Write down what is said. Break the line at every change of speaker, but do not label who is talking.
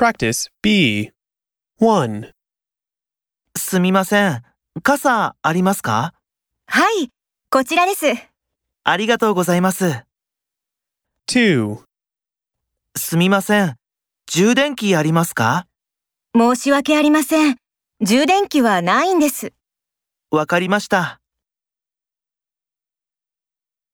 Practice B. 1.
すみません。傘ありますか
はい、こちらです。
ありがとうございます。
2.
すみません。充電器ありますか
申し訳ありません。充電器はないんです。
わかりました。